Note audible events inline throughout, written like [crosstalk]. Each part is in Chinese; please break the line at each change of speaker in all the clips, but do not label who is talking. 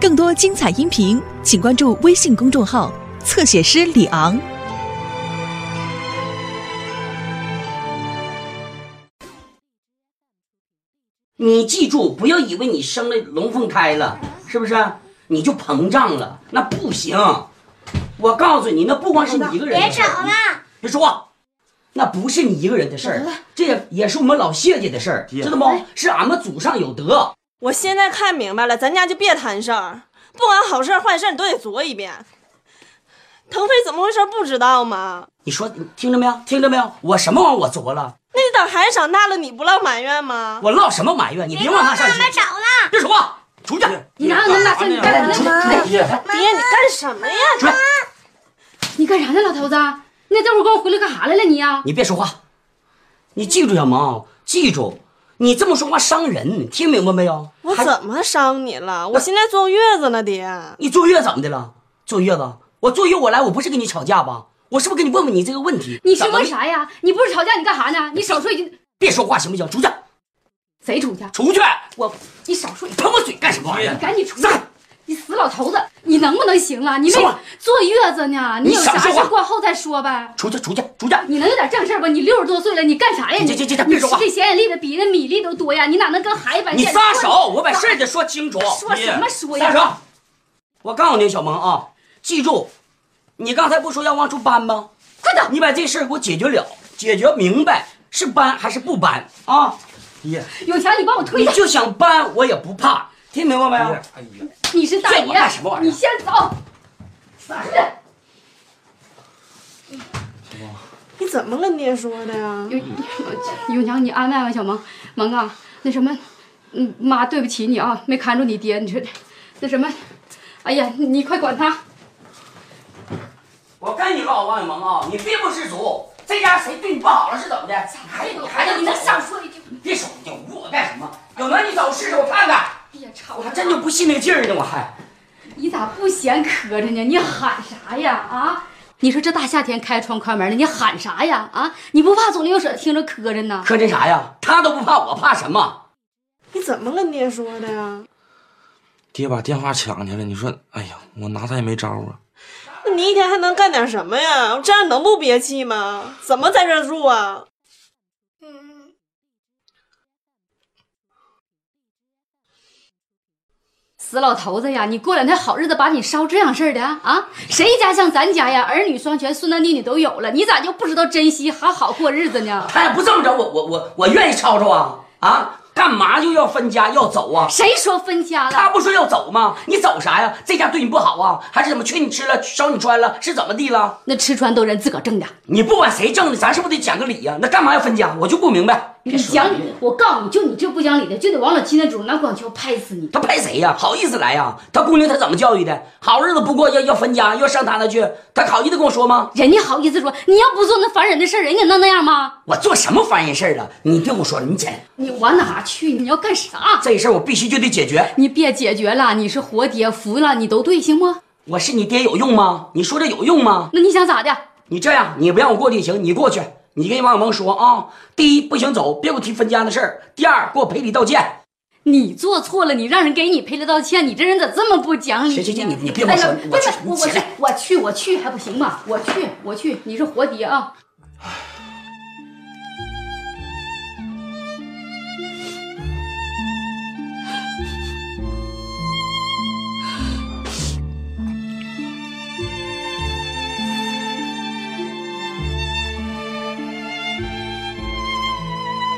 更多精彩音频，请关注微信公众号“侧写师李昂
你记住，不要以为你生了龙凤胎了，是不是？你就膨胀了，那不行。我告诉你，那不光是你一个人的
别
事
吵
儿。
了，
别说话，那不是你一个人的事儿，这也也是我们老谢家的事儿，知道吗？是俺们祖上有德。
我现在看明白了，咱家就别摊事儿，不管好事儿坏事儿，你都得琢一遍。腾飞怎么回事儿不知道吗？
你说听着没有？听着没有？我什么玩意儿我琢了？
那你等孩子长大了，你不老埋怨吗？
我唠什么埋怨？你别往那上
妈妈
去。
吵了，
别说话，出去！
你哪有那么大事？你干啥呢？
爹，你干什么呀？
出去！
你干啥呢，老头子？那这会儿跟我回来干啥来了？你啊呀、
你别说话，你记住小毛，记住，你这么说话伤人，听明白没有？
我
还
怎么伤你了？我现在坐月子呢，爹。
你坐月怎么的了？坐月子，我坐月我来，我不是跟你吵架吧？我是不是跟你问问你这个问题？
你是
怎么
问？啥呀？你不是吵架，你干啥呢？你少说一句，
别说话行不行？出去，
谁出去？啊
出去！
我，你少说一句，
喷我嘴干什么玩意儿？
赶紧出去
在！
你死老头子，你能不能行了？你
说
那
话
坐月子呢，
你
有
少
啥
说
事
话
过后再说呗。
出去，出去，出去！
你能有点正事儿吧？你六十多岁了，你干啥呀？
你
你
这这这别
你
说话
这显眼力的比那米粒都多呀！你哪能跟孩子般？
你撒手，我把事儿得说清楚。
说什么说
撒
呀？
手！我告诉你，小萌啊，记住，你刚才不说要往出搬吗？
快走！
你把这事儿给我解决了，解决明白是搬还是不搬啊？
爹，
永强，你帮我推
你
开。
就想搬，我也不怕，听明白没有？
哎呀，
你是大
这
爷
我干什么玩，意儿
你先走。
你怎么跟爹说的呀？
永永强，你安慰安慰小萌，萌啊，那什么，嗯，妈对不起你啊，没看住你爹，你说那什么，哎呀，你快管他，
我跟你唠，王雨萌啊，你别不知足，这家谁对你不好了是怎么的？还有你还有
你能少说一句？
你别说有我干什么？有能你找我试试，我看看。
哎呀，吵
我还
了，
真就不信那个劲儿呢，我还。
你咋不嫌磕碜呢？你喊啥呀？啊？你说这大夏天开窗开门的，你喊啥呀？啊，你不怕左邻右舍听着磕碜呢？
磕碜啥呀？他都不怕，我怕什么？
你怎么跟爹说的呀？
爹把电话抢去了，你说，哎呀，我拿他也没招啊。
那你一天还能干点什么呀？我这样能不憋气吗？怎么在这儿住啊？
死老头子呀，你过两天好日子把你烧这样事儿的啊啊？谁家像咱家呀，儿女双全，孙男女女都有了，你咋就不知道珍惜好好过日子呢？
他也不这么着，我我我我愿意吵吵啊啊！干嘛就要分家要走啊？
谁说分家了
他？不说要走吗？你走啥呀？这家对你不好啊？还是怎么缺你吃了，少你穿了，是怎么地了？
那吃穿都人自个儿挣的。
你不管谁挣的，咱是不是得讲个理呀、那干嘛要分家？我就不明白。
你讲理，我告诉你，就你这不讲理的，就得往老七那主拿网球拍死你！
他拍谁呀、好意思来呀、他姑娘他怎么教育的？好日子不过要要分家，要上他那去，他好意思跟我说吗？
人家好意思说，你要不做那烦人的事儿，人家能那样吗？
我做什么烦人事儿了？你别跟我说了，你姐，
你往哪去？你要干啥？
这事儿我必须就得解决。
你别解决了，你是活爹，服了你都对，行不？
我是你爹有用吗？你说这有用吗？
那你想咋的？
你这样，你不让我过去行，你过去，你跟王小萌说啊，第一不行走，别给我提分家的事儿；第二，给我赔礼道歉。
哎你做错了，你让人给你赔礼道歉，你这人咋这么不讲理呢？
行行行你你别跟我说
哎呀
我
不是
去
我
你起
我
来
去我去我去还不行吗？我去我去，你是活爹啊！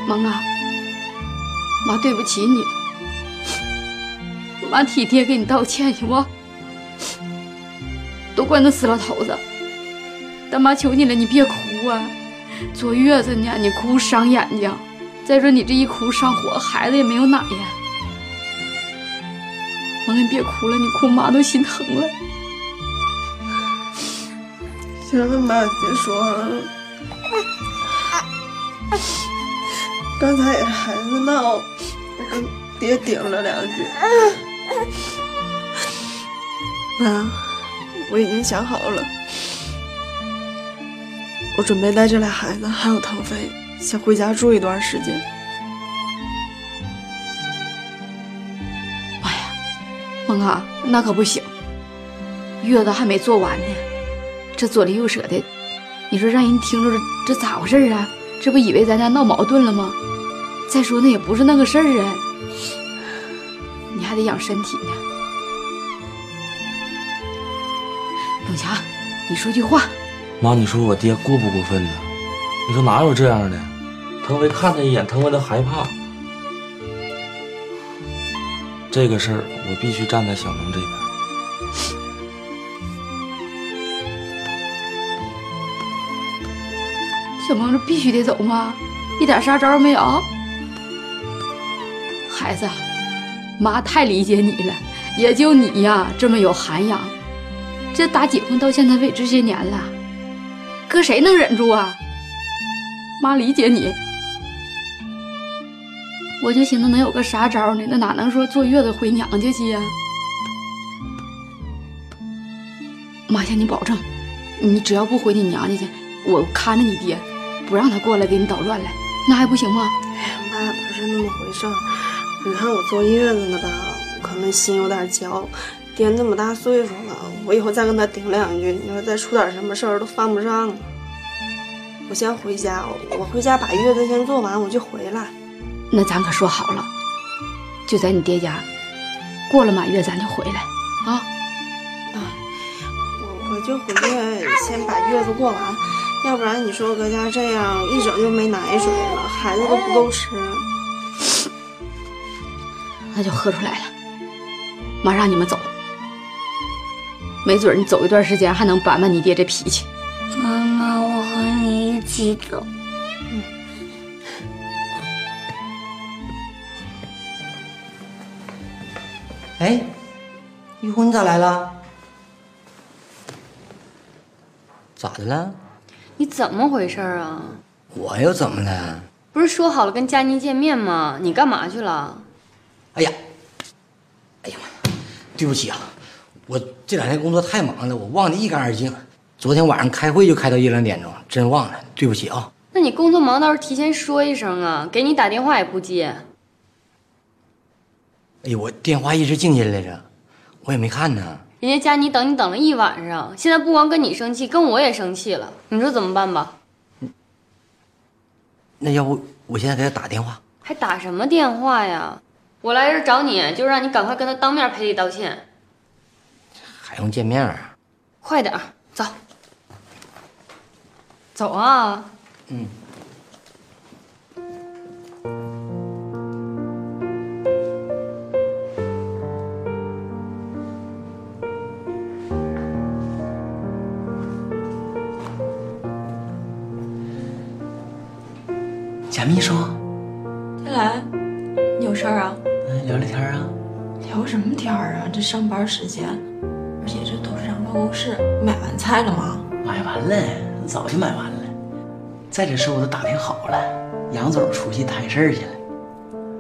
萌啊，妈对不起你，妈替爹给你道歉行不？都怪那死老头子，但妈求你了，你别哭啊！坐月子呢，你哭伤眼睛，再说你这一哭上火，孩子也没有奶呀。萌，你别哭了，你哭妈都心疼了。
行了，妈，别说了。刚才也是孩子闹，我跟爹顶了两句。妈，我已经想好了，我准备带这俩孩子还有腾飞先回家住一段时间。
孟卡，那可不行，月子还没做完呢，这左邻右舍的，你说让人听着这咋回事儿啊？这不以为咱家闹矛盾了吗？再说那也不是那个事儿啊，你还得养身体呢。董强，你说句话，
妈，你说我爹过不过分呢？你说哪有这样的？腾飞看他一眼，腾飞都害怕。这个事儿我必须站在小龙这边。
小萌这必须得走吗？一点啥招没有？孩子，妈太理解你了，也就你呀这么有涵养。这打结婚到现在为止这些年了，搁谁能忍住啊？妈理解你。我就寻思能有个啥招呢？那哪能说坐月子回娘家去呀、妈向你保证，你只要不回你娘家去，我看着你爹，不让他过来给你捣乱来，那还不行吗？
妈不是那么回事儿，你看我坐月子呢吧，我可能心有点焦。爹那么大岁数了，我以后再跟他顶两句，你说再出点什么事儿都犯不上了。我先回家，我回家把月子先做完，我就回来。
那咱可说好了，就在你爹家，过了满月咱就回来啊。
我我就回去先把月子过完，要不然你说我搁家这样一整就没奶水了，孩子都不够吃。
那就喝出来了。妈让你们走，没准儿你走一段时间还能板板你爹这脾气。
妈妈，我和你一起走。
哎，玉红，你咋来了？咋的了？
你怎么回事儿啊？
我又怎么了？
不是说好了跟佳妮见面吗？你干嘛去了？
哎呀，哎呀妈，对不起啊，我这两天工作太忙了，我忘得一干二净。昨天晚上开会就开到一两点钟，真忘了，对不起啊。
那你工作忙倒是提前说一声啊，给你打电话也不接。
哎呦，我电话一直静音来着，我也没看呢。
人家佳妮等你等了一晚上，现在不光跟你生气，跟我也生气了。你说怎么办吧？
那要不我现在给他打电话？
还打什么电话呀？我来这儿找你，就让你赶快跟他当面赔礼道歉，
还用见面啊？
快点儿走。走啊！
贾秘书，
天来，你有事儿啊？
嗯，聊聊天啊。
聊什么天儿啊？这上班时间，而且这董事长办公室，买完菜了吗？
买完了，早就买完了。再者说，我都打听好了，杨总出去谈事儿去了。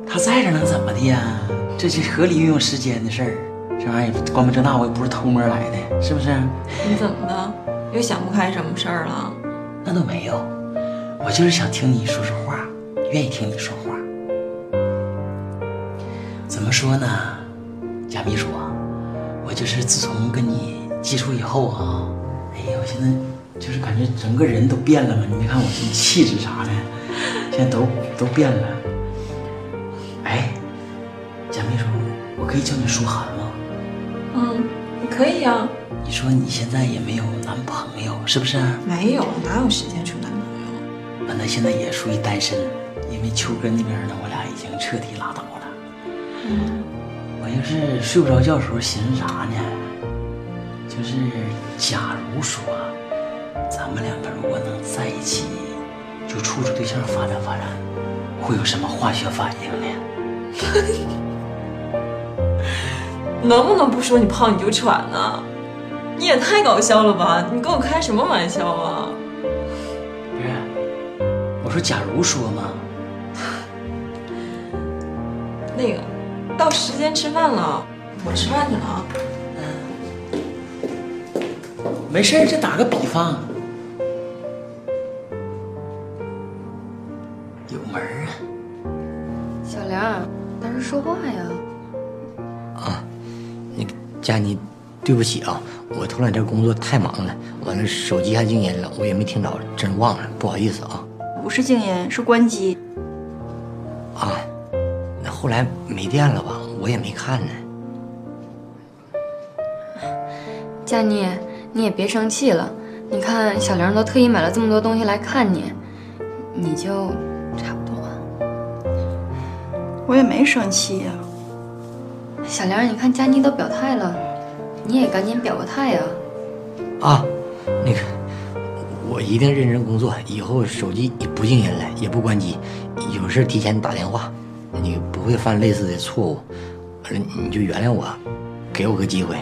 他在这能怎么的呀？这是合理运用时间的事儿。这玩意儿也光明正大，我也不是偷摸来的，是不是？
你怎么的？又想不开什么事儿了？
那倒没有，我就是想听你说说话，愿意听你说话。怎么说呢，贾秘书啊，我就是自从跟你接触以后啊，哎呀，我现在就是感觉整个人都变了嘛。你别看我这气质啥的，现在都都变了。哎，贾秘书，我可以叫你舒涵吗？
嗯，可以啊。
你说你现在也没有男朋友，是不是？
没有，啊哪有时间处男朋友？
完了，现在也属于单身，因为秋哥那边呢，我俩已经彻底拉倒了。我要是睡不着觉的时候寻思啥呢？就是假如说咱们两个如果能在一起，就处处对象发展发展，会有什么化学反应呢？
能不能不说你胖你就喘呢？你也太搞笑了吧！你跟我开什么玩笑啊？
不是，我说假如说嘛，
那个，到时间吃饭了，我吃饭去了啊。
没事儿，这打个比方，有门儿啊。
小梁，大声说话呀！
啊那佳妮，对不起啊，我头两天工作太忙了，完了手机还静音了，我也没听着，真忘了，不好意思啊。
不是静音，是关机。
啊，那后来没电了吧？我也没看呢。
佳妮，你也别生气了。你看，小玲都特意买了这么多东西来看你，你就差不多。
我也没生气呀、
小玲，你看佳妮都表态了，你也赶紧表个态呀、
啊，那个，我一定认真工作，以后手机也不静音了，也不关机，有事提前打电话，你不会犯类似的错误，完了你就原谅我，给我个机会，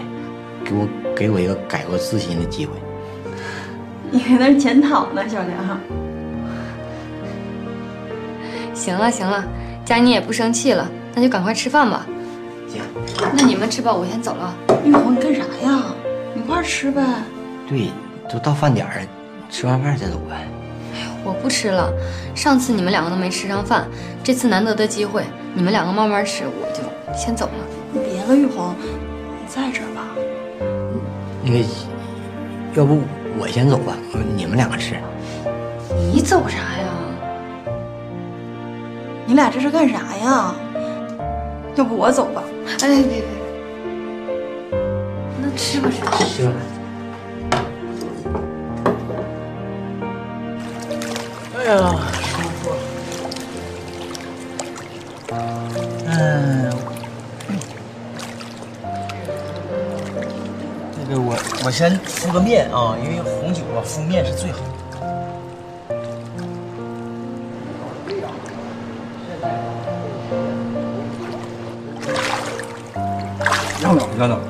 给我给我一个改过自新的机会。
你搁那儿检讨呢，小梁。
行了行了，佳妮也不生气了，那就赶快吃饭吧。
行，
那你们吃吧，我先走了。
玉红，你干啥呀？你快吃呗。
对，都到饭点儿了，吃完饭再走呗。
我不吃了，上次你们两个都没吃上饭，这次难得的机会，你们两个慢慢吃，我就先走了。
你别了，玉红，你在这儿吧。
那个，要不我先走吧，你们两个吃。
你走啥呀？你俩这是干啥呀？要不我走吧？哎，别别别，那吃吧吃吧。
行。
哎呀，舒服。嗯，那个我我先敷个面啊，因为红酒啊敷面是最好的。
让等让等，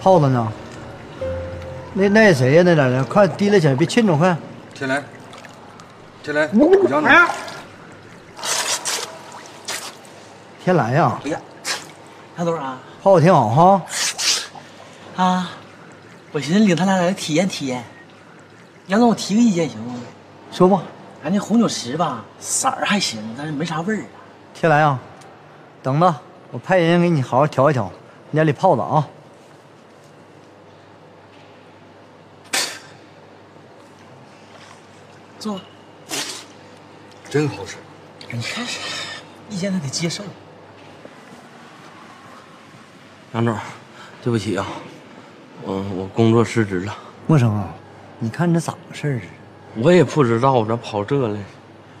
耗子呢？那那谁呀？那在那快提溜起来，别沁着，快！
天来，天来，你让等。
天来呀！
哎呀，大东啊
耗子挺好哈。
啊，我寻思领他俩来体验体验。杨总，我提个意见行吗？
说吧，
咱这红酒十吧，色儿还行，但是没啥味儿啊。
天来呀，等着，我派人给你好好调一调你家里泡子啊。
坐，
真好吃。
你看，意哎见他得接受。
杨总，对不起啊，我我工作失职了，
莫生啊，你看这咋回事儿啊？
我也不知道我这跑这来。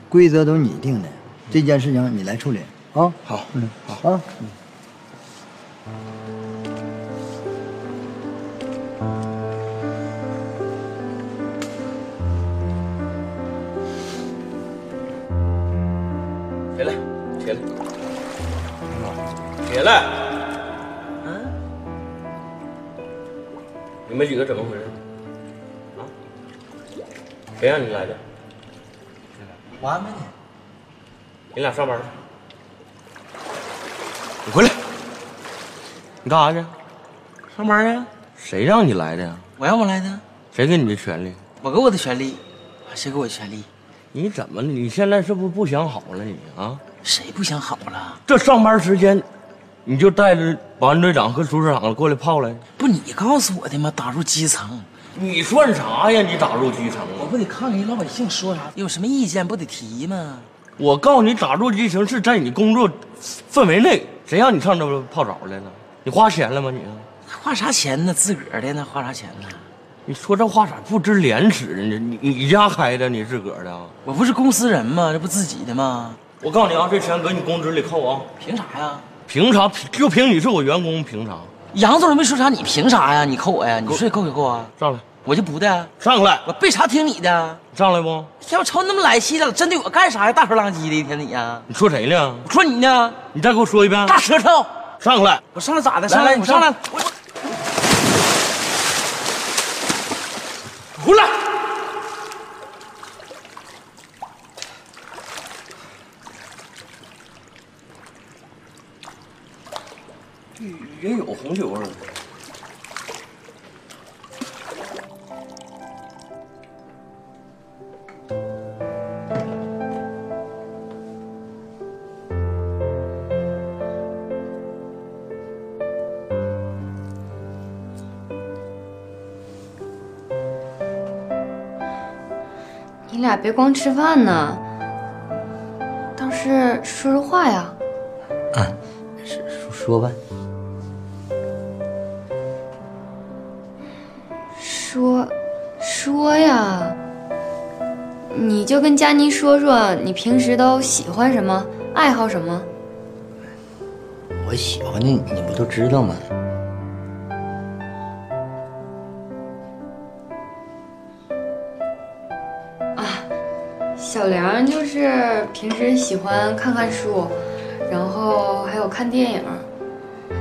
规则都是你定的，这件事情你来处理啊。
好，
嗯，好啊。嗯
别来，别来，别来！
啊
嗯，
你们几个怎么回事？啊？谁让你来的？
我安排你。
你俩上班去。你回来。你干啥去？
上班啊去？
谁让你来的呀？
我让我来的，
谁给你的权利？
我给我的权利，谁给我的权利？
你怎么了？你现在是不是不想好了你啊？
谁不想好了？
这上班时间，你就带着保安队长和厨师长过来泡来？
不，你告诉我的吗？打入基层，
你算啥呀？你打入基层啊
我不得看看人老百姓说啥，有什么意见不得提吗？
我告诉你，打入基层是在你工作氛围内，谁让你上这泡澡来了？你花钱了吗你？啊
花啥钱呢？自个儿的呢？花啥钱呢？
你说这话咋不知廉耻呢？你你你家开的，你自个儿的啊？
我不是公司人吗？这不自己的吗？
我告诉你啊，这钱搁你工资里扣啊。
凭啥呀？
凭啥？凭就凭你是我员工，凭啥？
杨总没说啥，你凭啥呀？你扣我呀？你说扣就扣啊？
上来，
我就不的，啊
上来，
我背啥听你的？啊
上来不？
天，我瞅你那么来气了，针对我干啥呀？大头浪叽的，一天你呀？
你说谁呢？
我说你呢？
你再给我说一遍。
大舌头，
上来，
我上来咋的？
来
上
来
来，
你
我上来
上，
我
出来。也有红酒味儿。
俩别光吃饭呢，倒是说说话呀。
啊，说说吧，
说，说呀，你就跟佳妮说说你平时都喜欢什么，爱好什么。
我喜欢的你不都知道吗？
小梁就是平时喜欢看看书，然后还有看电影。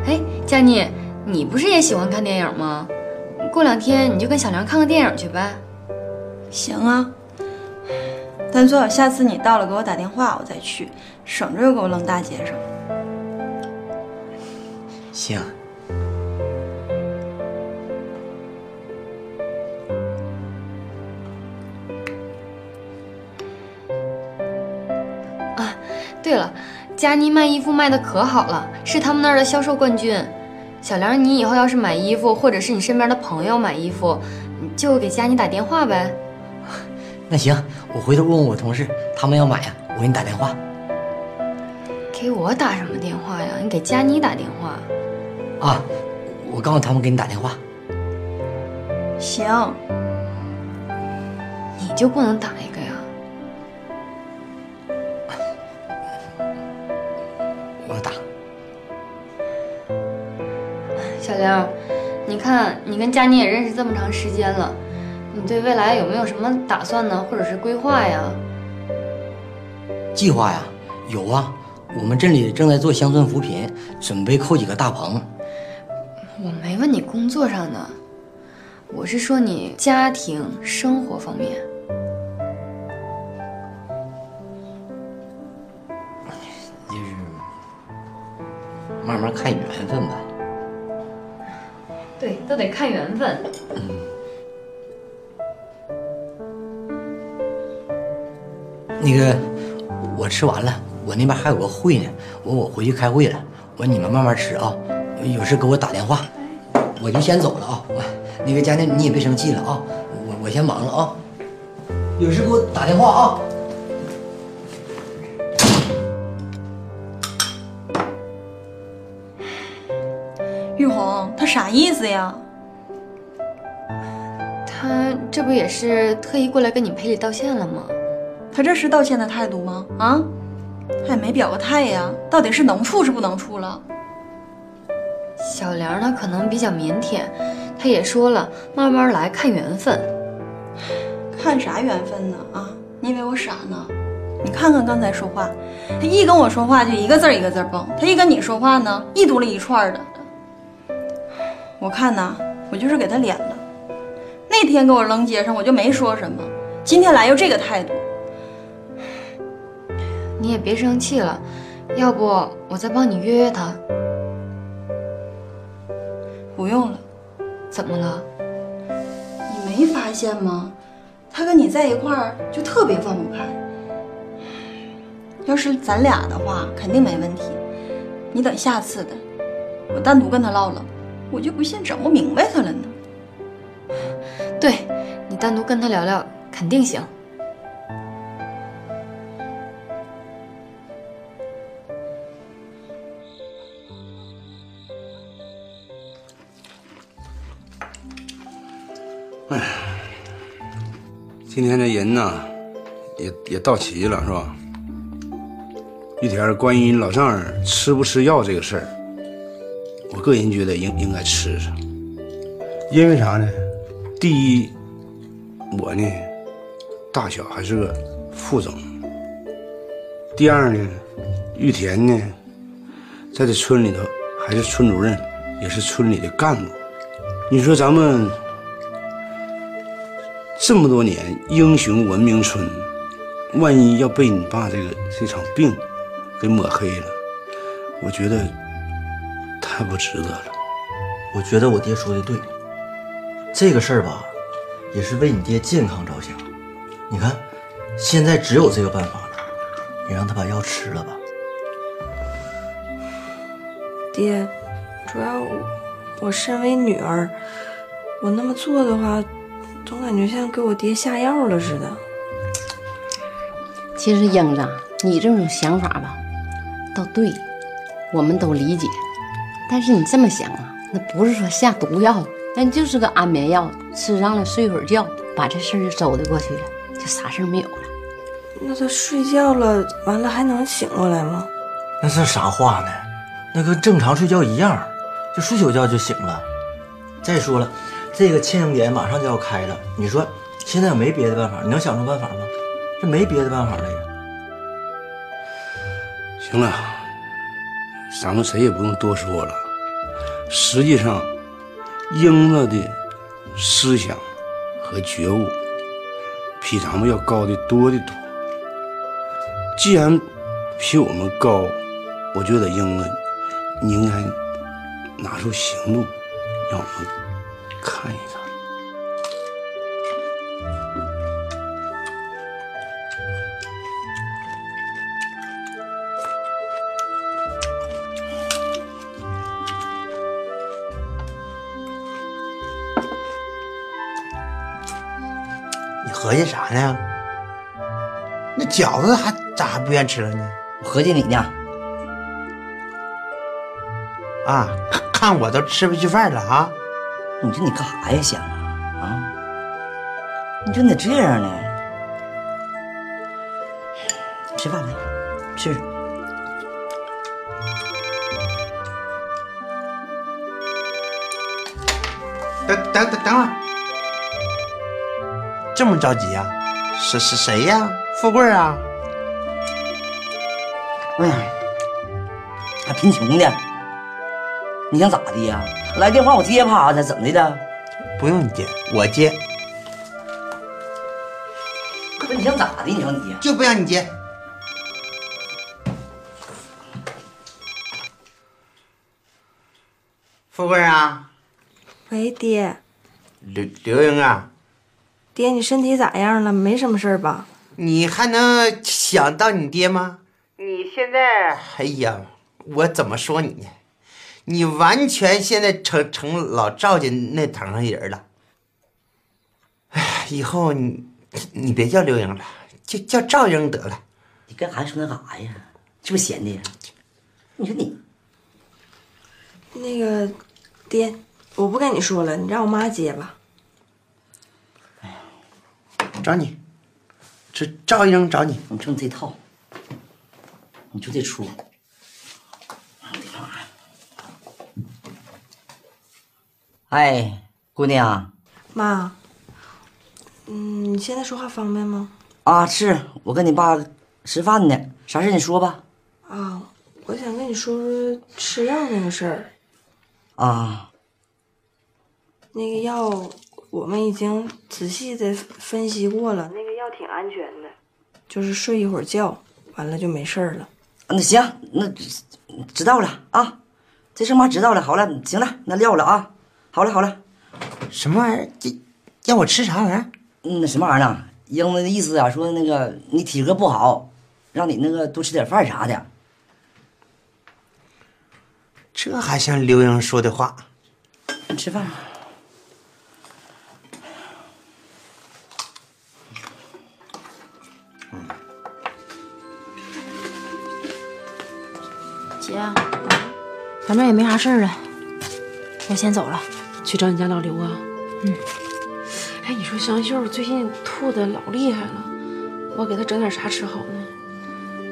哎，佳妮，你不是也喜欢看电影吗？过两天你就跟小梁看个电影去呗。
行啊，但最好下次你到了给我打电话，我再去，省着又给我扔大街上。
行。啊
对了，佳妮卖衣服卖的可好了，是他们那儿的销售冠军。小梁，你以后要是买衣服，或者是你身边的朋友买衣服，你就给佳妮打电话呗。
那行，我回头问问我同事，他们要买呀、我给你打电话
给我打什么电话呀？你给佳妮打电话。
啊。我告诉他们给你打电话。
行，
你就不能打一个呀？
[laughs] 我打。
小梁，你看你跟佳妮也认识这么长时间了，你对未来有没有什么打算呢？或者是规划呀？
计划呀，有啊，我们镇里正在做乡村扶贫，准备扣几个大棚。
我没问你工作上的，我是说你家庭生活方面。
就是慢慢看缘分吧。
对，都得看缘分。
那个，我吃完了，我那边还有个会呢，我我回去开会了，我你们慢慢吃啊，有事给我打电话，我就先走了啊。那个佳妮，你也别生气了啊，我我先忙了啊，有事给我打电话啊。
玉红，他啥意思呀？
他这不也是特意过来跟你赔礼道歉了吗？
他这是道歉的态度吗？啊，他也没表个态呀，到底是能处是不能处了？
小梁他可能比较腼腆，他也说了，慢慢来，看缘分。
看啥缘分呢？啊，你以为我傻呢？你看看刚才说话，他一跟我说话就一个字儿一个字儿蹦，他一跟你说话呢，一嘟噜一串儿的。我看呐，我就是给他脸了。那天给我扔街上，我就没说什么，今天来又这个态度。
你也别生气了，要不我再帮你约约他。
不用了，
怎么了？
你没发现吗？他跟你在一块儿就特别放不开。要是咱俩的话，肯定没问题。你等下次的，我单独跟他唠唠。我就不信整不明白他了呢。
对你单独跟他聊聊，肯定行。
今天这人呐，也也到齐了，是吧？玉田儿，关于老丈人吃不吃药这个事儿，我个人觉得应应该吃上。因为啥呢？第一，我呢，大小还是个副总。第二呢，玉田呢，在这村里头还是村主任，也是村里的干部。你说咱们这么多年英雄闻名村，万一要被你爸这个这场病给抹黑了，我觉得太不值得了。
我觉得我爹说的对，这个事儿吧，也是为你爹健康着想。你看，现在只有这个办法了，你让他把药吃了吧。
爹，主要我我身为女儿，我那么做的话，总感觉像给我爹下药了似的。
其实英子啊，你这种想法吧，倒对，我们都理解。但是你这么想啊，那不是说下毒药，那就是个安眠药，吃上了睡会儿觉，把这事儿就周得过去了，就啥事儿没有了。
那他睡觉了，完了还能醒过来吗？
那算啥话呢？那跟正常睡觉一样，就睡宿觉就醒了。再说了，这个牵羊点马上就要开了，你说现在没别的办法，你能想出办法吗？这没别的办法了呀。
行了，咱们谁也不用多说了。实际上，英子的思想和觉悟比咱们要高的多得多。既然比我们高，我觉得英子，你应该拿出行动，让我们看一看。
你合计啥呢？那饺子还咋还不愿吃了呢？我合计你呢。啊，看我都吃不去饭了啊！你说你干啥呀，想啊啊！
你说你咋这样呢？吃饭来，吃。
等等等等会儿，这么着急呀、是是谁呀、富贵儿啊？
哎呀，还贫穷的，你想咋的呀？来电话我接趴他，怎么的了？
不用你接，我接。
不是你想咋的？你说你
就不让你接。富贵儿啊，
喂，爹，
刘刘英啊，
爹，你身体咋样了？没什么事儿吧？
你还能想到你爹吗？
你现在
哎呀，我怎么说你呢？你完全现在成成老赵家那堂上人了。哎，以后你你别叫刘英了，就叫赵英得了。
你跟孩子说那干啥呀？这不闲的呀？你说你
那个，爹，我不跟你说了，你让我妈接吧。
找你，这赵英找你，
你就这套，你就这出。哎，姑娘
妈，嗯，你现在说话方便吗？
啊，是我跟你爸吃饭呢，啥事你说吧。
啊，我想跟你说说吃药那个事儿。
啊，
那个药我们已经仔细的分析过了，那个药挺安全的，就是睡一会儿觉，完了就没事儿了。
啊那行，那知道了啊，这事儿妈知道了。好了，行了，那撂了啊。好了好了，
什么玩意儿？这让我吃啥玩意儿？
嗯那什么玩意儿呢？英子的意思啊，说那个你体格不好，让你那个多吃点饭啥的。
这还像刘英说的话？
你吃饭吧。
姐，啊反正也没啥事儿了，我先走了。
去找你家老刘啊？
嗯。
哎，你说香秀最近吐的老厉害了，我给她整点啥吃好呢？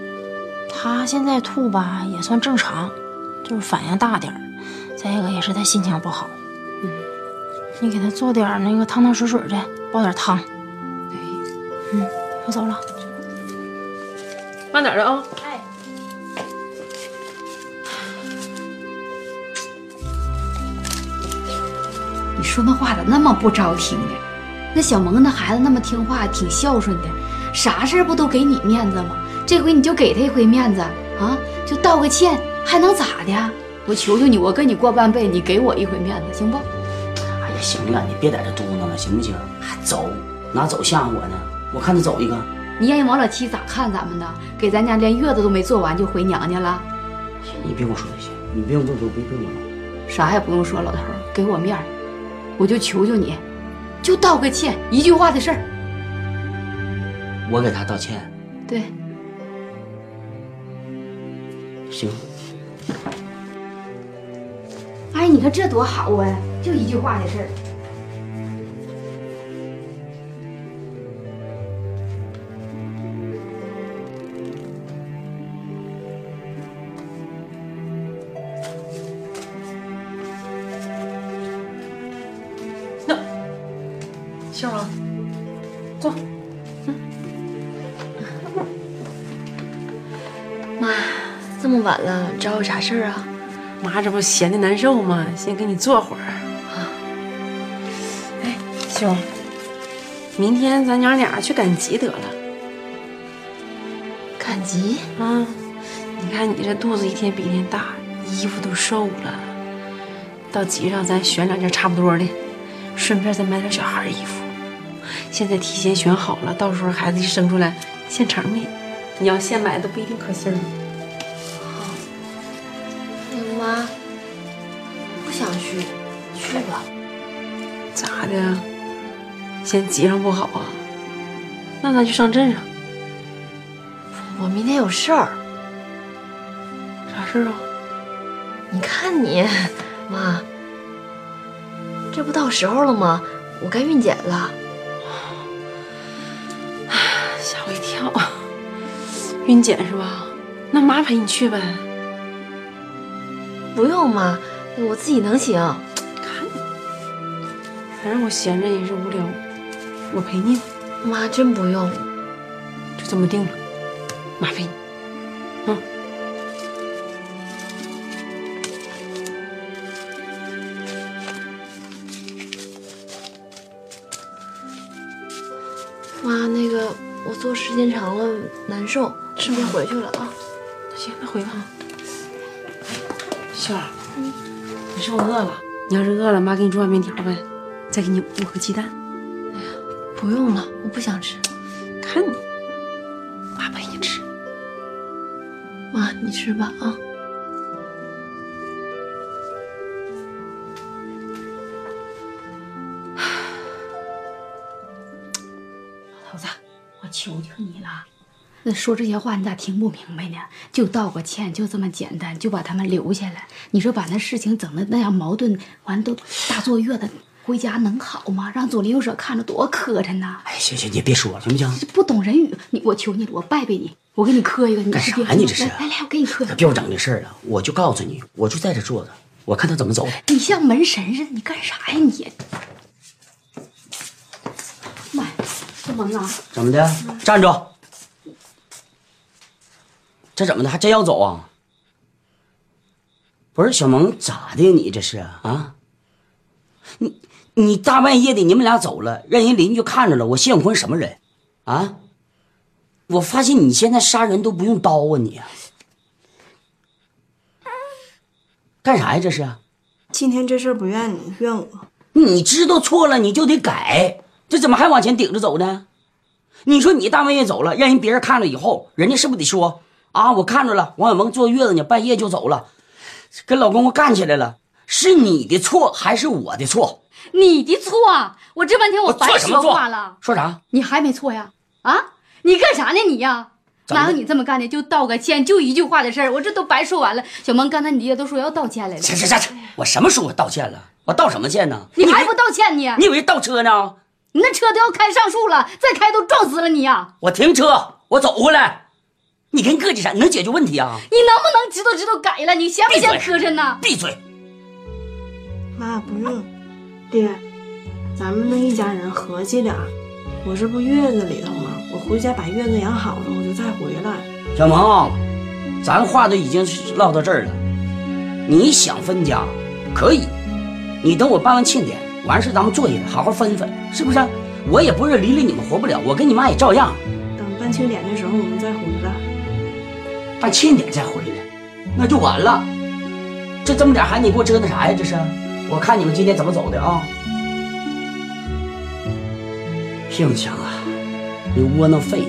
她现在吐吧也算正常，就是反应大点儿。再一个也是她心情不好。
嗯。
你给她做点儿那个汤汤水水的，煲点儿汤。嗯，我走了。
慢点的啊。
你说那话咋那么不招听呢？那小萌那孩子那么听话，挺孝顺的，啥事儿不都给你面子吗？这回你就给他一回面子啊，就道个歉，还能咋的？我求求你，我跟你过半辈子，你给我一回面子行不？
哎呀，行了，你别在这嘟囔了，行不行？还走，拿走吓唬我呢？我看他走一个，
你让人王老七咋看咱们呢？给咱家连月子都没做完就回娘家了，
你别跟我说这些，你别用不不不不用了。
啥也不用说，老头儿给我面儿，我就求求你，就道个歉，一句话的事儿。
我给他道歉，
对，
行，
哎，你看这多好啊，就一句话的事儿。
秀儿啊，坐。
妈，这么晚了，找我啥事儿啊？
妈，这不闲的难受吗？先给你坐会儿。
啊
哎，兄，明天咱娘俩去赶集得了。
赶集？
啊，你看你这肚子一天比一天大，衣服都瘦了。到集上咱选两件差不多的，顺便再买点小孩衣服。现在提前选好了，到时候孩子一生出来现成的，你要现买都不一定可信儿。
嗯妈，不想去，去吧。
咋的呀？嫌集上不好啊？那咱去上镇上。
我明天有事儿。
啥事儿啊？
你看你，妈，这不到时候了吗？我该孕检了。
吓我一跳！孕检是吧？那妈陪你去呗。
不用妈，我自己能行。
反正我闲着也是无聊，我陪你吧。
妈，真不用。
就这么定了，妈陪你。嗯。
妈，那个我坐时间长了难受，是不是回去了啊？
那行，那回吧。秀儿，你是不是饿了？你要是饿了，妈给你煮碗面条呗，再给你五个鸡蛋。
哎不用了，我不想吃。
看你，妈陪你吃。
妈，你吃吧啊。
老头子，我求求你了，
那说这些话你咋听不明白呢？就道个歉，就这么简单，就把他们留下来。你说把那事情整的那样矛盾，完都大坐月子，回家能好吗？让左邻右舍看着多磕碜呐！
哎，行行，你别说了，行不行？
不懂人语，你我求你了，我拜拜你，我给你磕一个，你
干
是
啥
别
呢你这是
来来来，我给你磕一个。
别整这事儿了，我就告诉你，我就在这坐着，我看他怎么走。
你像门神似的，你干啥呀你？妈呀，这蒙啊！
怎么的？站住！这怎么的？还真要走啊？不是小萌，咋的呀？你这是啊？你你大半夜的，你们俩走了，让人邻居就看着了。我谢永坤什么人啊？我发现你现在杀人都不用刀啊，你干啥呀？这是？
今天这事儿不怨你，怨我。
你知道错了，你就得改，这怎么还往前顶着走呢？你说你大半夜走了，让人别人看了以后，人家是不是得说啊？我看着了，王小萌坐月子呢，半夜就走了，跟老公公干起来了，是你的错还是我的错？
你的错，我这半天我白
错什么
说
错
话了。
说啥？
你还没错呀？啊，你干啥呢你呀？
怎么
哪
了
有你这么干的？就道个歉，就一句话的事儿，我这都白说完了。小萌，刚才你爹都说要道歉来了，
这这这这，我什么时候道歉了？我道什么歉呢？
你还不道歉你？
你以为倒车呢？
你那车都要开上树了，再开都撞死了你呀、
我停车，我走回来。你跟客气啥？你能解决问题啊？
你能不能知道知道改了？你嫌不
闭嘴
嫌磕碜呢？
闭嘴！
妈，不用。爹，咱们那一家人合计点儿。我这不月子里头吗？我回家把月子养好了，我就再回来。
小萌，啊咱话都已经是唠到这儿了，你想分家可以，你等我办完庆典，完事咱们坐下来好好分分，是不是？我也不是离了你们活不了，我跟你妈也照样
等办庆典的时候，我们再回来。
办庆典再回来，那就完了。这这么点孩子，你给我折腾啥呀？这是，我看你们今天怎么走的啊？幸强啊，你窝囊废！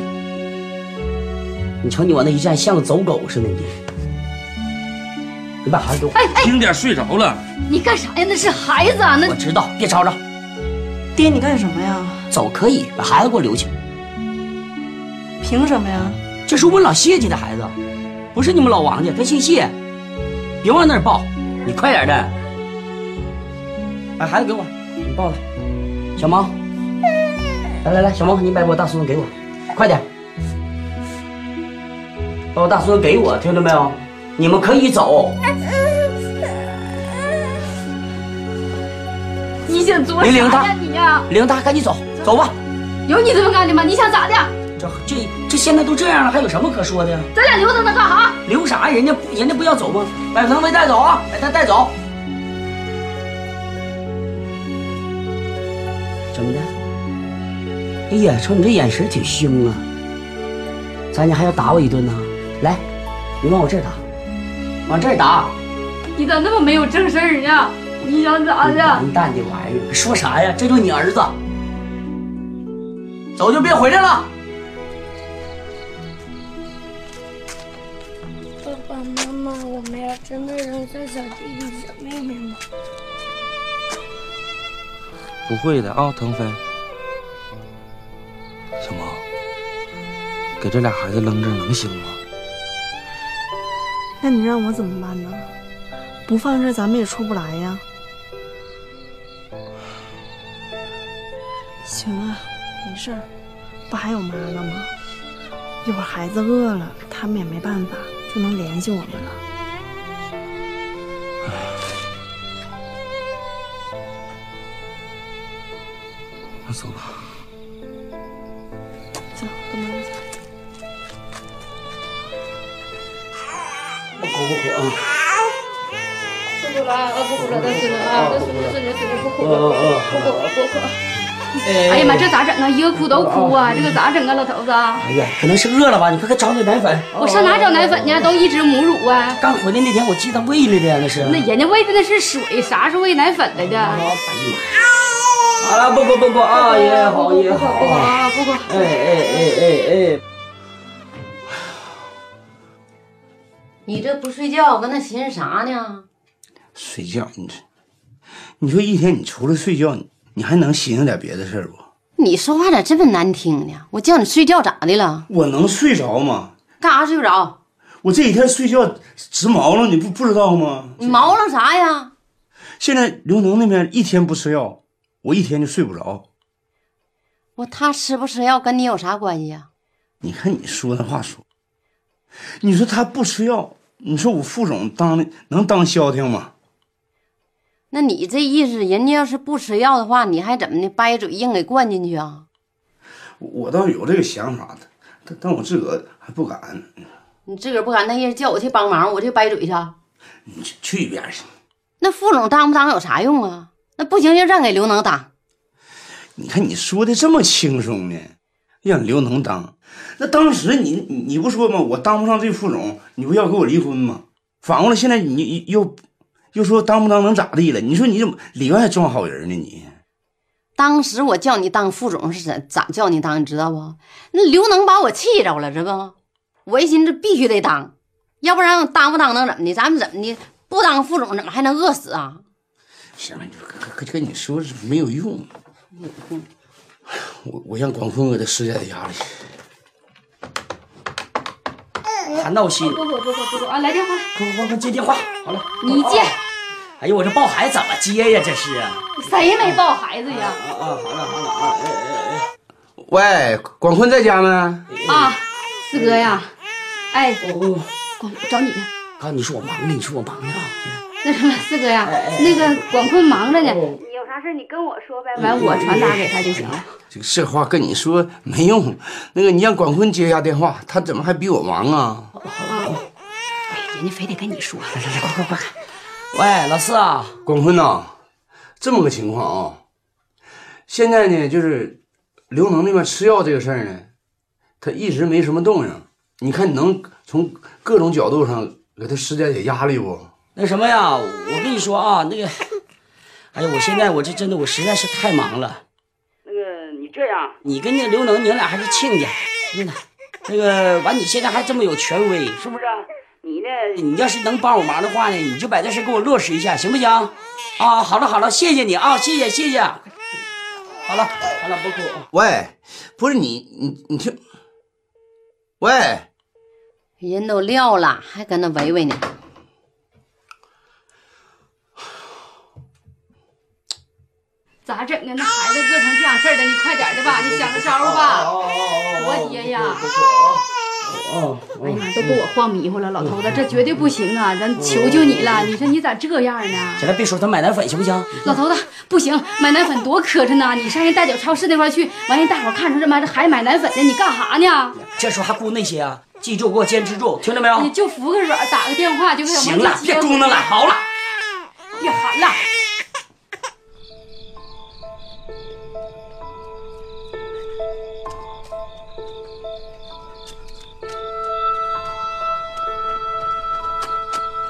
你瞅你往那一站，像个走狗似的你。你把孩子给我，
轻点睡着了。
你干啥呀？那是孩子啊，那
我知道，别吵吵。
爹，你干什么呀？
走可以，把孩子给我留下。
凭什么呀？
这是我老谢家的孩子，不是你们老王家，他姓谢，别往那儿抱，你快点的。把孩子给我，你抱他。小猫，来来来，小猫，你把我大孙子给我，快点，把我大孙子给我，听到没有？你们可以走。
你想做
玲玲
啥
她
呀你呀？
玲达，赶紧走，走吧。
有你这么干的吗？你想咋的？
这这这现在都这样了，还有什么可说的呀？
咱俩留着他干啥？
留啥？人家人家不要走吗？把腾飞带走啊，把他带走。怎么的？哎呀，瞅你这眼神挺凶啊！咱家还要打我一顿呢？来，你往我这儿打，往这儿打。
你咋那么没有正事儿呢？你想咋的？
混蛋的玩意儿，说啥呀？这就是你儿子，走就别回来了。
爸爸妈妈，我们要真的能像小弟弟小妹妹吗？
不会的啊，腾飞。小毛，给这俩孩子扔这儿能行吗？
那你让我怎么办呢？不放这儿咱们也出不来呀。行啊，没事儿，不还有妈呢吗？一会儿孩子饿了，他们也没办法，就能联系我们了。
那走吧。
走，跟妈妈走。
不哭不哭啊！
不哭了啊！不哭了，大孙子啊！大孙子，孙子，孙子，不哭了，不哭了，不哭了。哎呀妈，这咋整啊？一个哭都哭啊！这个咋整啊，老头子？
哎呀，可能是饿了吧？你快快找点奶粉。
我上哪找奶粉去？都一直母乳啊！
刚回来那天，我记得喂了的那是。
那人家喂的那是水，啥是喂奶粉来的？
好了，不不不不啊，也好也好。
啊，不哭。
哎哎哎哎哎，
你这不睡觉，搁那寻思啥呢？
睡觉，你这，你说一天你除了睡觉，你你还能寻思点别的事儿不？
你说话咋这么难听呢？我叫你睡觉咋的了？
我能睡着吗？
干啥睡不着？
我这几天睡觉直毛了，你不不知道吗？
你毛愣啥呀？
现在刘能那边一天不吃药，我一天就睡不着。
我他吃不吃药跟你有啥关系啊呀、
你看你说那话说，你说他不吃药，你说我副总当的能当消停吗？
那你这意思，人家要是不吃药的话，你还怎么的掰嘴硬给灌进去啊？
我倒有这个想法的，但但我自个儿还不敢。
你自个儿不敢，那意思叫我去帮忙，我去掰嘴去。
你去去一边去！
那副总当不当有啥用啊？那不行就让给刘能当。
你看你说的这么轻松呢，让刘能当，那当时你你你不说吗？我当不上这副总，你不要跟我离婚吗？反过来现在你你又又说当不当能咋地了？你说你怎么里外装好人呢你？
当时我叫你当副总是怎咋叫你当，你知道不？那刘能把我气着了，知道不？我一寻思必须得当，要不然当不当能怎么的？咱们怎么的？不当副总怎么还能饿死啊？
行了，你就跟跟跟你说是没有用。
嗯
我我让广坤给他施加点压力。
他闹心。
不哭不哭不哭啊！来电话，
快快快接电话，好了。
你接，
哎呀，我这抱孩子怎么接呀？这是啊
谁没抱孩子呀？
啊，好了好了啊，哎哎哎，
喂，广坤在家没？
啊，四哥呀，哎，
哦广
找你呢。
啊
刚才你说我忙呢，你说我忙呢。
那什么，四哥呀，
哎
那个广坤忙着呢，
哦
你有啥事你跟我说呗，
嗯
完我传达给他就行了。
这个这话跟你说没用。那个，你让广坤接一下电话，他怎么还比我忙啊？
人家非得跟你说，
来来来，快快快！喂，老四啊，
广坤呐、这么个情况啊，现在呢，就是刘能那边吃药这个事儿呢，他一直没什么动静。你看，你能从各种角度上给他施加点压力不？
那什么呀，我跟你说啊，那个，哎呀，我现在我这真的我实在是太忙了。那个，你这样，你跟那刘能，你俩还是亲家，真的。那个完，你现在还这么有权威，是不是啊？你呢？你要是能帮我忙的话呢，你就把这事给我落实一下，行不行？啊，好了好了，谢谢你啊，谢谢谢谢。好了好了，不哭啊。
喂，不是你，你你听，喂，
人都撂了，还搁那维维呢。
咋整啊？那孩子饿成这样式儿的，你快点儿的吧，你想个招儿吧。我爹呀！
哦，
哎呀妈，都给我晃迷糊了，老头子，这绝对不行
嗯
啊！咱求求你了，你说你咋这样呢？
起来别说，咱买奶粉行不行？
老头子，不行，买奶粉多磕碜呐！你上人大脚超市那块儿去，完人大伙儿看出这妈这孩子买奶粉呢，你干哈呢？
这时候还顾那些啊？记住，给我坚持住，听着没
你
有？
就服个软，打个电话就给我
行了，别嘟囔了，好了。
别喊哎了。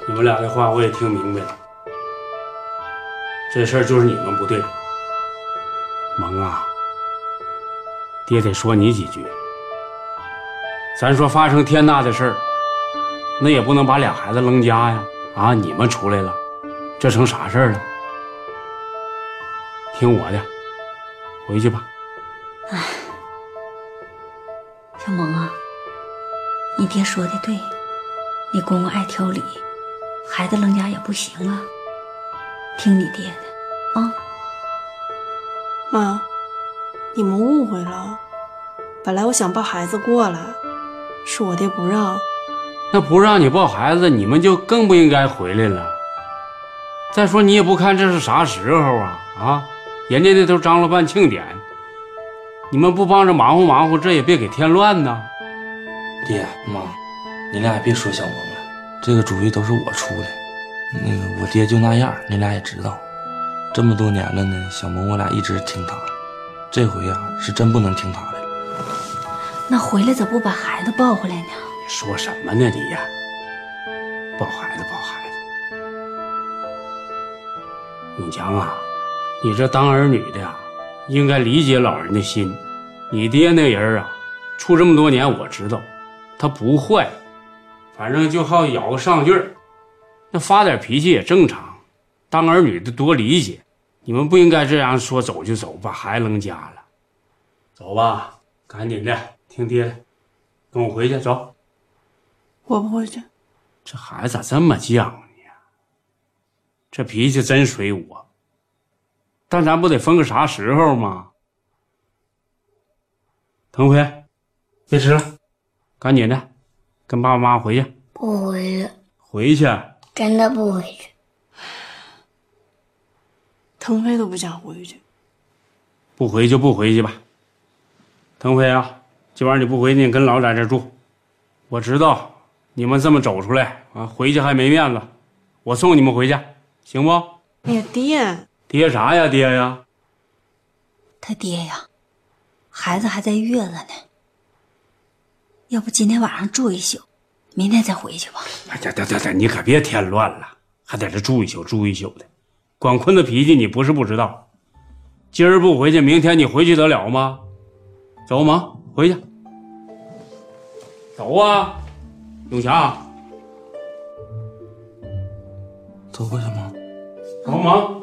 你们俩的话我也听明白了，这事儿就是你们不对。萌啊，爹得说你几句。咱说发生天大的事儿，那也不能把俩孩子扔家呀！啊，你们出来了，这成啥事儿了？听我的，回去吧。
哎，小萌啊，你爹说的对，你公公爱挑理，孩子扔家也不行啊，听你爹的啊。
妈，你们误会了。本来我想抱孩子过来，是我爹不让。
那不让你抱孩子，你们就更不应该回来了。再说你也不看这是啥时候啊啊！人家那都张罗办庆典，你们不帮着忙活忙活，这也别给添乱呐。
爹妈，你俩也别说小萌了，这个主意都是我出的。那个我爹就那样，你俩也知道。这么多年了呢，小萌我俩一直听他的，这回呀、是真不能听他的了。
那回来咋不把孩子抱回来呢？
说什么呢你呀？抱孩子抱孩子，永强啊，你这当儿女的呀、应该理解老人的心。你爹那人啊，处这么多年我知道，他不坏，反正就好咬个上句儿，那发点脾气也正常。当儿女的多理解，你们不应该这样说走就走，把孩子扔家了。走吧，赶紧的，听爹的，跟我回去走。
我不回去，
这孩子咋这么犟呢？这脾气真随我。但咱不得分个啥时候吗？腾飞，别吃了，赶紧的，跟爸爸妈妈回去。
不回去，
回去，
真的不回去。
腾飞都不想回去。
不回就不回去吧。腾飞啊，今晚你不回去，你跟老在这住。我知道你们这么走出来啊，回去还没面子，我送你们回去，行不？
哎呀，爹，
爹啥呀，爹呀？
他爹呀，孩子还在月子呢，要不今天晚上住一宿，明天再回去吧。
哎呀，等等等，你可别添乱了，还在这住一宿住一宿的，管坤子脾气你不是不知道。今儿不回去，明天你回去得了吗？走，忙回去。走啊，永强，
走吧，小萌。
走忙。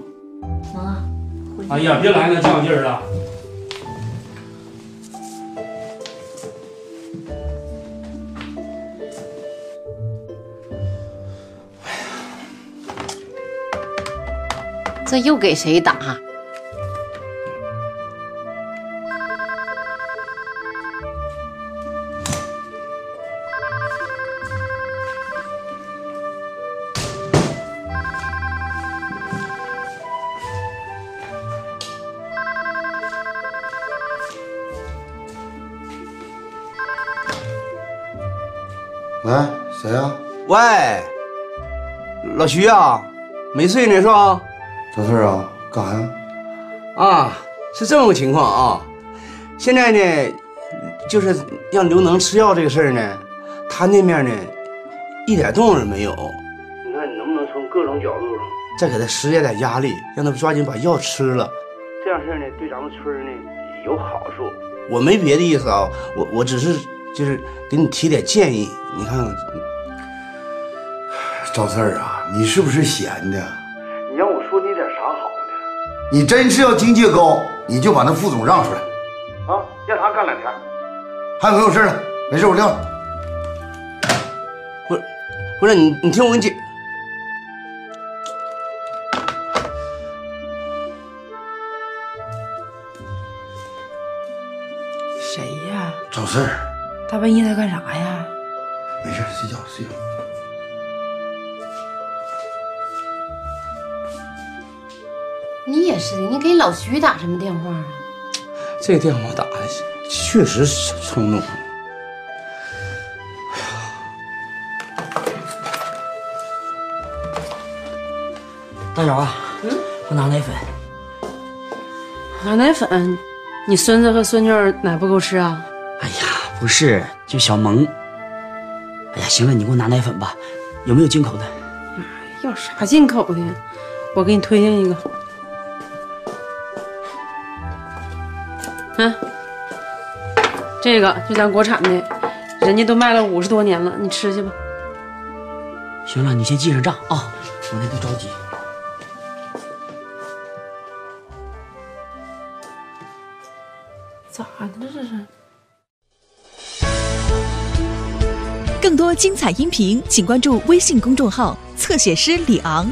萌啊，回去
哎呀，别来那犟劲儿了。
这又给谁打？啊
喂，谁啊呀、
喂，老徐啊，没睡呢是吧？
小四儿啊，干啥呀？
啊，是这么个情况啊。现在呢，就是让刘能吃药这个事儿呢，他那面呢一点动静没有，
你看你能不能从各种角度上，
再给他施加点压力，让他抓紧把药吃了。
这样事儿呢对咱们村儿呢有好处。
我没别的意思啊，我我只是就是给你提点建议，你看
[sighs]
看。
赵四儿啊，你是不是闲的？
你让我说你点啥好呢？
你真是要境界高，你就把那副总让出来，
啊，让他干两天。
还有没有事儿了？没事，我撂了。
不是你，你听我跟你解。
谁呀？
找事儿，
大半夜的干啥呀？
没事儿，睡觉睡觉。
你也是，你给老徐打什么电话啊？
这电话打的确实是冲动。啊
大姚啊，
嗯，
我拿奶粉。
拿奶粉，你孙子和孙女儿奶不够吃啊？
不是，就小萌。哎呀，行了，你给我拿奶粉吧，有没有进口的？
要啥进口的？我给你推荐一个。啊，这个就咱国产的，人家都卖了五十多年了，你吃去吧。
行了，你先记上账啊，
我那都着急。
咋的了这是？
更多精彩音频，请关注微信公众号“侧写师李昂”。